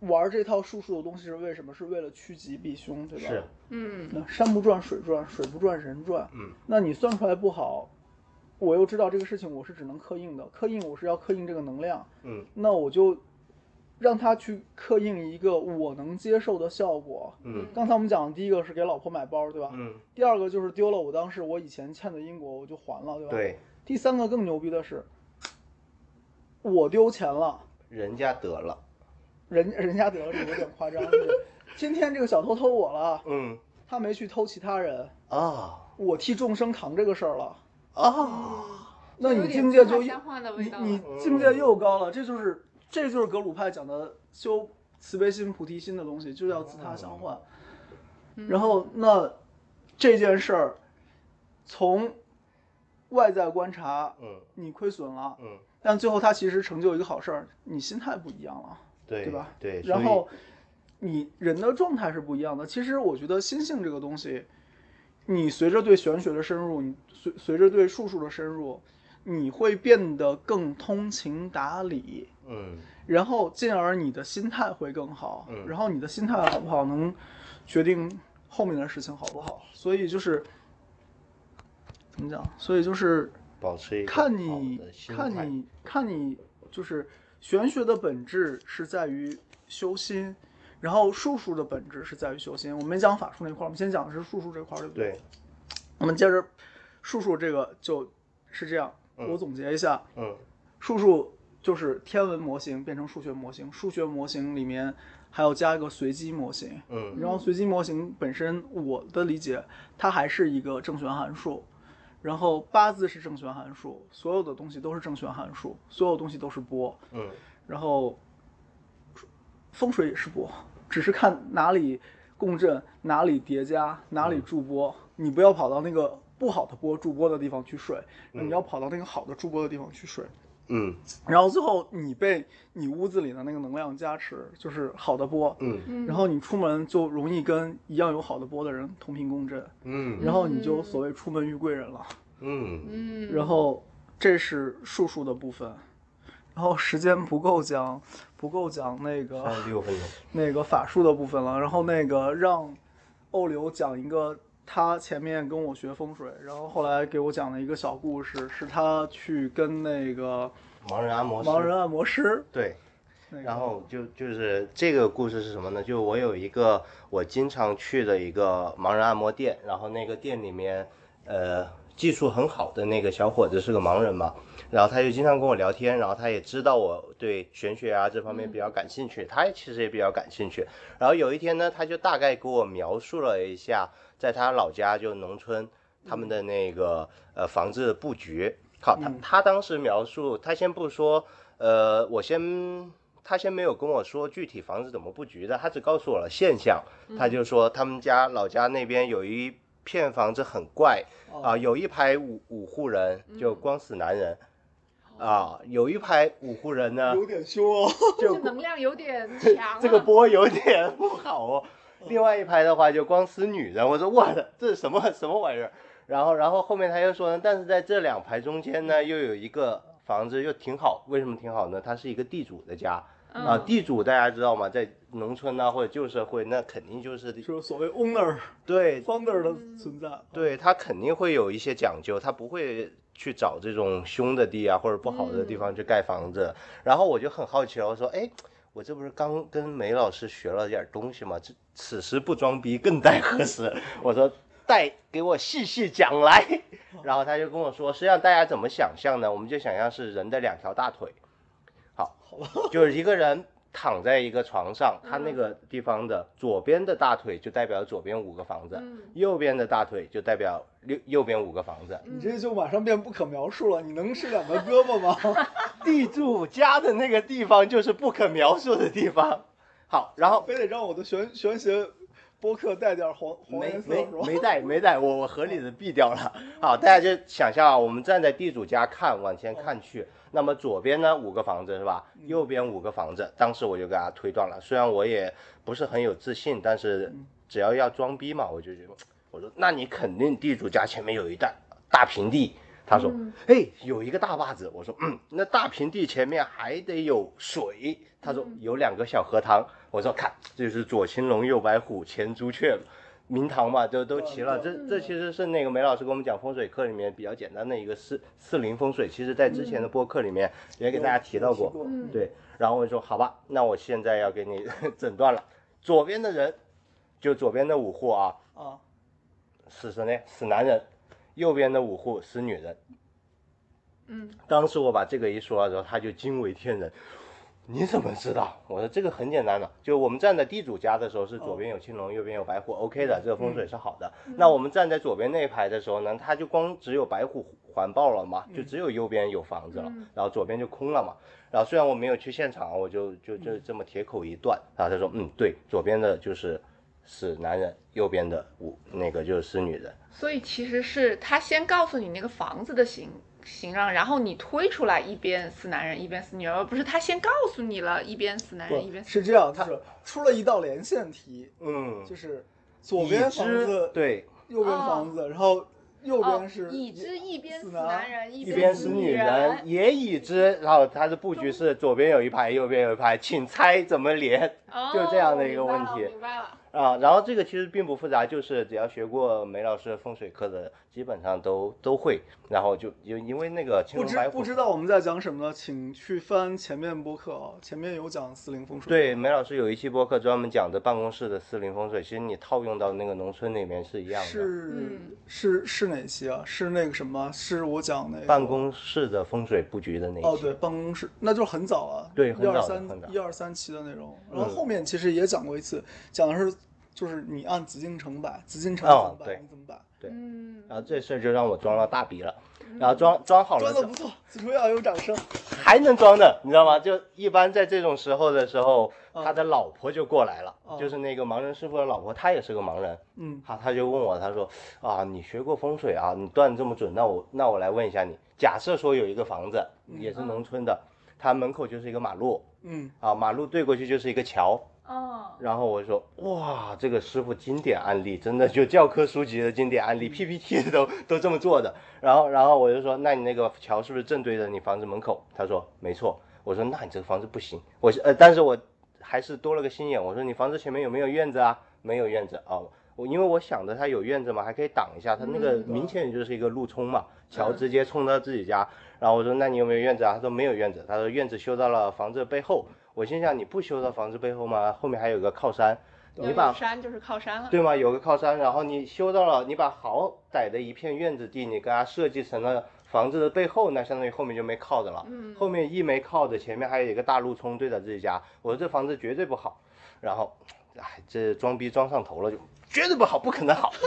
玩这套术数的东西是为什么？是为了趋吉避凶，对吧？
是。
嗯
那山不转水转，水不转人转。
嗯。
那你算出来不好，我又知道这个事情我是只能刻印的，刻印我是要刻印这个能量，
嗯
那我就让他去刻印一个我能接受的效果。
嗯
刚才我们讲的第一个是给老婆买包，对吧？
嗯
第二个就是丢了我当时我以前欠的因果，我就还了，对吧？。
对，
第三个更牛逼的是，我丢钱了，
人家得了，
人 [laughs] 人家得了，这有点夸张。就是今天这个小偷偷我了，
嗯
他没去偷其他人，
啊
我替众生扛这个事儿了。
啊，
那
有
你
点
境界
自
就
相换的味
你
道
你
了
境界又高了，这就是这就是格鲁派讲的修慈悲心、菩提心的东西，就是要自他相换。
嗯
然后那这件事儿，从外在观察，
嗯
你亏损了，
嗯，
但最后它其实成就一个好事儿，你心态不一样了，
对
对吧？
对，所
然
以
后你人的状态是不一样的。其实我觉得心性这个东西，你随着对玄学的深入，你随随着对术数的深入，你会变得更通情达理，
嗯
然后进而你的心态会更好，
嗯
然后你的心态好不好，能决定后面的事情好不好。所以就是怎么讲？所以就是
保持一个
看
好
你
的心态
看你看你，就是玄学的本质是在于修心，然后术数的本质是在于修心。我们没讲法术那块儿，我们先讲的是术数这块儿，对不
对，
我们接着术数这个就是这样，
嗯
我总结一下，
嗯
数数就是天文模型变成数学模型，数学模型里面还要加一个随机模型。
嗯
然后随机模型本身，我的理解，它还是一个正弦函数。然后八字是正弦函数，所有的东西都是正弦函数，所有东西都是波。
嗯
然后风水也是波，只是看哪里共振，哪里叠加，哪里筑波。你不要跑到那个不好的波筑波的地方去睡，你要跑到那个好的筑波的地方去睡。
嗯
然后最后你被你屋子里的那个能量加持，就是好的波，
嗯
然后你出门就容易跟一样有好的波的人同频共振，
嗯
然后你就所谓出门遇贵人了。
嗯
嗯，
然后这是术数的部分，然后时间不够讲，不够讲那
三
个
十六分钟，
那个法术的部分了。然后那个让欧流讲一个。他前面跟我学风水，然后后来给我讲了一个小故事，是他去跟那个
盲人按摩师，
盲人按摩师
对，
那个
然后就就是这个故事是什么呢？就我有一个我经常去的一个盲人按摩店，然后那个店里面，呃，技术很好的那个小伙子是个盲人嘛，然后他就经常跟我聊天，然后他也知道我对玄学啊这方面比
嗯
较感兴趣，他也其实也比较感兴趣。然后有一天呢，他就大概给我描述了一下，在他老家就农村他们的那个呃房子的布局。好，他他当时描述，他先不说，呃，我先他先没有跟我说具体房子怎么布局的，他只告诉我了现象，他就说他们家老家那边有一片房子很怪啊、有一排五五户人，就光死男人。啊，有一排五户人呢，
有点凶哦。
这能量有
[laughs]
点强、啊，
这个波有点不好哦。另外一排的话就光死女人，我说我的这是什么什么玩意儿？然后然后后面他又说呢，但是在这两排中间呢，又有一个房子又挺好，为什么挺好呢？它是一个地主的家。啊，
嗯
地主大家知道吗？在农村呐、或者旧社会，那肯定就是
就是所谓 owner
对
founder 的
嗯
嗯存在。
对，他肯定会有一些讲究，他不会去找这种凶的地啊或者不好的地方去盖房子。然后我就很好奇了，我说，哎，我这不是刚跟梅老师学了点东西吗？这此时不装逼更待何时？我说。带给我细细讲来，然后他就跟我说，实际上大家怎么想象呢？我们就想象是人的两条大腿，好，就是一个人躺在一个床上，他那个地方的左边的大腿就代表左边五个房子，
嗯
右边的大腿就代表右右边五个房子。
你
嗯
这就马上变不可描述了。你能是两个胳膊吗？ [laughs]
地主家的那个地方就是不可描述的地方。好，然后
非得让我的玄玄学播客带点黄黄 [laughs]
没
颜色
没
是吧？
没带没带，我我合理的避掉了。好，大家就想象啊，我们站在地主家看，往前看去，那么左边呢五个房子是吧？
嗯
右边五个房子，当时我就给他推断了，虽然我也不是很有自信，但是
嗯
只要要装逼嘛，我就觉得，我说那你肯定地主家前面有一大大平地。他
嗯
说：“
嗯
哎，有一个大坝子。”我说：“嗯，那大平地前面还得有水。”他说：“有两个小荷塘。”我说：“看，这就是左青龙，右白虎，前朱雀，明堂嘛，都都齐了。这这其实是那个梅老师给我们讲风水课里面比较简单的一个四四零风水，其实在之前的播客里面也给大家嗯提到过。
嗯
对，然后我就说好吧，那我现在要给你 [laughs] 诊断了，左边的人就左边的五户啊，
啊，
死什么呢？死男人，右边的五户死女人。
嗯，
当时我把这个一说的时候，他就惊为天人。你怎么知道？我说这个很简单的，就我们站在地主家的时候是左边有青龙，右边有白虎，OK 的，这个风水是好的。
嗯
那我们站在左边那一排的时候呢，它就光只有白虎环抱了嘛，就只有右边有房子了，然后左边就空了嘛。然后虽然我没有去现场，我就就就这么铁口一断。然后他说，嗯，对，左边的就是是男人，右边的我那个就是女人。
所以其实是他先告诉你那个房子的形形状，然后你推出来一边死男人一边死女人，而不是他先告诉你了，一边死男人哎一边
不
死。
是这样，就是出了一道连线题，
嗯，
就是左边房
已知
子，
对，
右边房子，然后右
哦
边是，
已知一边死
死男
男人一
一边
死
是女人，
人，
也已知，然后它的布局是左边有一排，右边有一排，请猜怎么连
哦
就这样的一个问
明白了
题
明白了，
啊？然后这个其实并不复杂，就是只要学过梅老师风水课的，基本上都都会。然后就因因为那个青
不
龙
知
白虎
不知道我们在讲什么呢，请去翻前面播客啊，前面有讲四零风水。
对，梅老师有一期播客专门讲的办公室的四零风水，其实你套用到那个农村里面是一样的。
是
嗯
是是哪期啊？是那个什么？是我讲那个
办公室的风水布局的那
哦，
一期，
对，办公室，那就是很早啊，
对
一
很
二
早的
三
很早
一二三期的内容。
嗯
然后后面其实也讲过一次，讲的是就是你按紫禁城摆，紫禁城怎
哦
么摆，
对
你怎么摆，
对
嗯，
然后这事儿就让我装了大鼻了，然后装装好了
嗯装
之
的不
后
错，此处要有掌声。
还能装的，你知道吗？就一般在这种时候的时候，
嗯
他的老婆就过来了，
哦
就是那个盲人师傅的老婆，她也是个盲人，
嗯，
他他就问我，他说啊，你学过风水啊，你断的这么准，那我那我来问一下你，假设说有一个房子也是农村的，它门口就是一个马路
嗯，
啊，马路对过去就是一个桥，
哦，
然后我就说，哇，这个师傅经典案例，真的就教科书级的经典案例，PPT 都都这么做的。然后，然后我就说，那你那个桥是不是正对着你房子门口？他说没错。我说那你这个房子不行。我是呃，但是我还是多了个心眼，我说你房子前面有没有院子啊？没有院子啊。我因为我想着它有院子嘛，还可以挡一下，它那个
嗯
明显就是一个路冲嘛，桥直接冲到自己家。然后我说那你有没有院子啊？他说没有院子，他说院子修到了房子背后。我心想你不修到房子背后吗？后面还有个靠山，你
要
把
有山就是靠山了，
对吗？有个靠山，然后你修到了，你把好歹的一片院子地，你给它设计成了房子的背后，那相当于后面就没靠着了。
嗯
后面一没靠着，前面还有一个大路冲对着自己家，我说这房子绝对不好。然后，哎，这装逼装上头了就，绝对不好，不可能
[laughs]
好。 [laughs]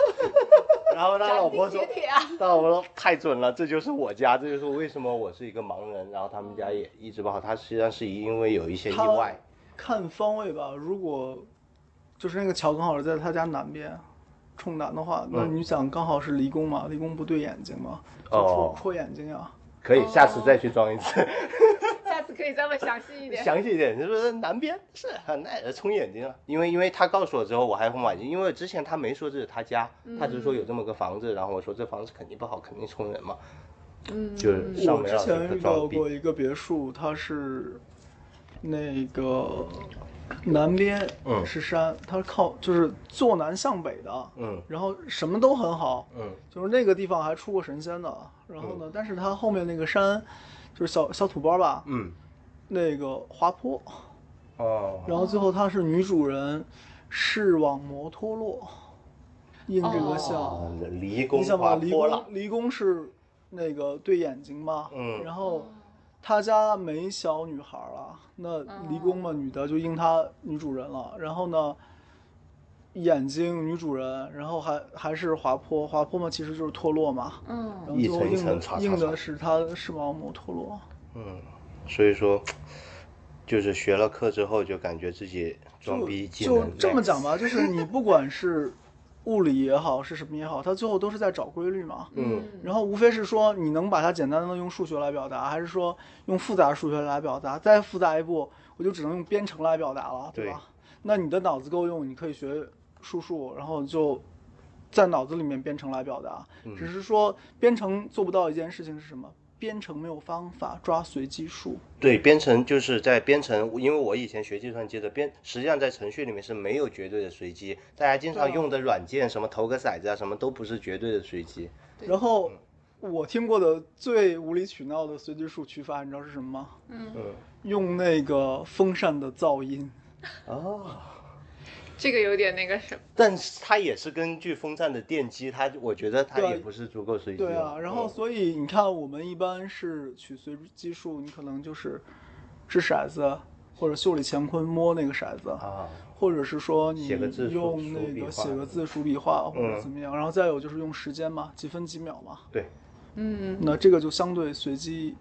然后他老婆说
斩 [laughs] 钉截铁啊，
他老婆说太准了，这就是我家，这就是为什么我是一个盲人，然后他们家也一直不好。他实际上是因为有一些意
他
外，
看方位吧，如果就是那个桥刚好是在他家南边，冲南的话，那
嗯
你想刚好是离宫嘛，离宫不对眼睛嘛，就戳
哦
戳眼睛呀。
可以
哦
下次再去装一次。
下次可以再问详细一点。
详细一点，就是南边是很耐人冲眼睛啊。因为因为他告诉我之后，我还很惋惜，因为之前他没说这是他家，他只是说有这么个房子，然后我说这房子肯定不好，肯定冲人嘛，
嗯，
就是上
我
梅
之
老师
前
的
遇到
装逼。
过一个别墅，它是那个南边
嗯
是山，它是靠就是坐南向北的，
嗯
然后什么都很好，
嗯
就是那个地方还出过神仙呢。然后呢，但是它后面那个山就是小小土包吧，
嗯
那个滑坡，
哦
然后最后她是女主人视网膜脱落，应这个相。
啊离
你
宫
想
滑
吧，离
坡了
宫，离宫是那个对眼睛嘛，
嗯
然后他家没小女孩了，那离宫嘛，女的就应他女主人了，然后呢，眼睛女主人，然后还还是滑坡，滑坡嘛其实就是脱落嘛，然
嗯，
后最后
一层一
应
层
的
擦擦擦
应的是他视网膜脱落，
嗯，所以说。就是学了课之后，就感觉自己装逼技
就
能
这么
max
讲吧，就是你不管是物理也好，是什么也好，它最后都是在找规律
[laughs]
嘛，
嗯
然后无非是说你能把它简单的用数学来表达，还是说用复杂数学来表达？再复杂一步，我就只能用编程来表达了，对吧？那你的脑子够用，你可以学数数，然后就在脑子里面编程来表达。只是说编程做不到一件事情是什么？编程没有方法抓随机数。
对，编程就是在编程，因为我以前学计算机的编，实际上在程序里面是没有绝对的随机，大家经常用的软件，什么投个骰子啊，什么都不是绝对的随机。
对
然后我听过的最无理取闹的随机数取法，你知道是什么吗？
嗯，
用那个风扇的噪音。
哦，
这个有点那个什么，
但是它也是根据风扇的电机，它我觉得它
对啊
也不是足够随机。
对啊，然后
嗯
所以你看，我们一般是取随机数，你可能就是掷骰子，或者袖里乾坤摸那个骰子，
啊，
或者是说你
写个字数
用
数
那
笔
个
画
写个字、数笔画或者
嗯
怎么样，然后再有就是用时间嘛，几分几秒嘛，
对，
嗯，
那这个就相对随机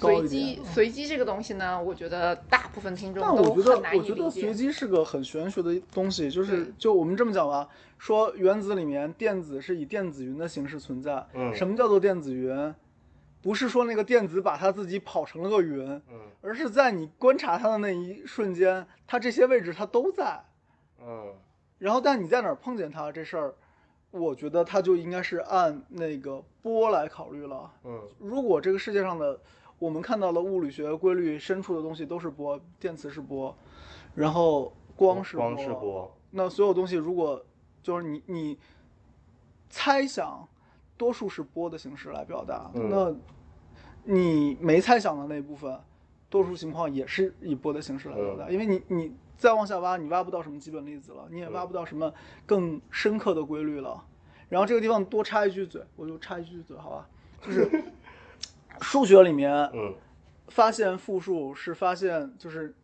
高
随
一点
机。随机这个东西呢，我觉得大部分听众
但
都
我觉得
很，
我
难以
觉
理
得随
解。
机是个很玄学的东西，就是
对
就我们这么讲吧，说原子里面电子是以电子云的形式存在。
嗯
什么叫做电子云？不是说那个电子把它自己跑成了个云，
嗯
而是在你观察它的那一瞬间，它这些位置它都在。
嗯
然后，但你在哪儿碰见它这事儿，我觉得它就应该是按那个波来考虑了。
嗯
如果这个世界上的我们看到了物理学规律深处的东西都是波，电磁是波，然后光是
光是波，
那所有东西如果就是你你猜想，多数是波的形式来表达，
嗯
那你没猜想的那部分，多数情况也是以波的形式来表达，因为你你再往下挖，你挖不到什么基本粒子了，你也挖不到什么更深刻的规律了。然后这个地方多插一句嘴，我就插一句嘴，好吧？就是数学里面
嗯，
发现复数是发现就是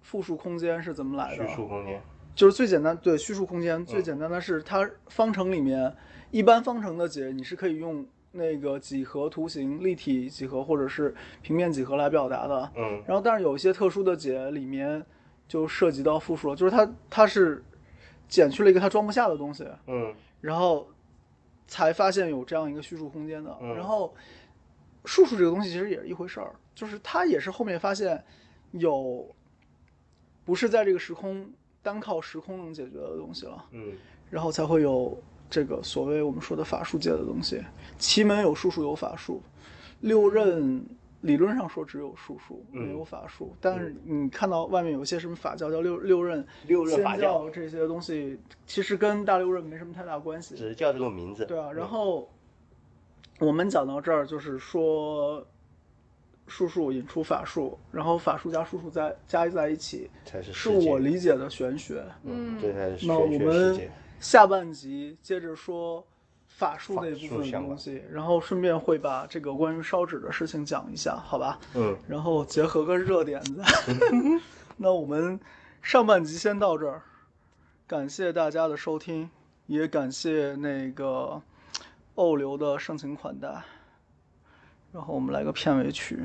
复数空间是怎么来的？
虚数空间，
就是最简单，对虚数空间最简单的是，它方程里面一般方程的解，你是可以用那个几何图形、立体几何或者是平面几何来表达的。
嗯
然后，但是有一些特殊的解里面就涉及到复数了，就是它它是减去了一个它装不下的东西，
嗯
然后才发现有这样一个叙述空间的。
嗯
然后数数这个东西其实也是一回事儿，就是它也是后面发现有不是在这个时空单靠时空能解决的东西了，
嗯
然后才会有这个所谓我们说的法术界的东西。奇门有术数，有法术，六壬。理论上说只有术数，
嗯
没有法术。但是你看到外面有一些什么法教叫六六壬、
六壬
仙
法教
教这些东西，其实跟大六壬没什么太大关系。
只是叫这个名字，
对啊，然
嗯
后我们讲到这儿，就是说术数引出法术，然后法术加术数在加在一起，
才是
是
世界
我理解的玄学。
嗯，这才是
那我
玄学世
们
界，
下半集接着说法术
法
那部
术
分的
相
东
关
西，然后顺便会把这个关于烧纸的事情讲一下，好吧？
嗯
然后结合个热点在。 [laughs] 那我们上半集先到这儿，感谢大家的收听，也感谢那个欧流的盛情款待。然后我们来个片尾曲，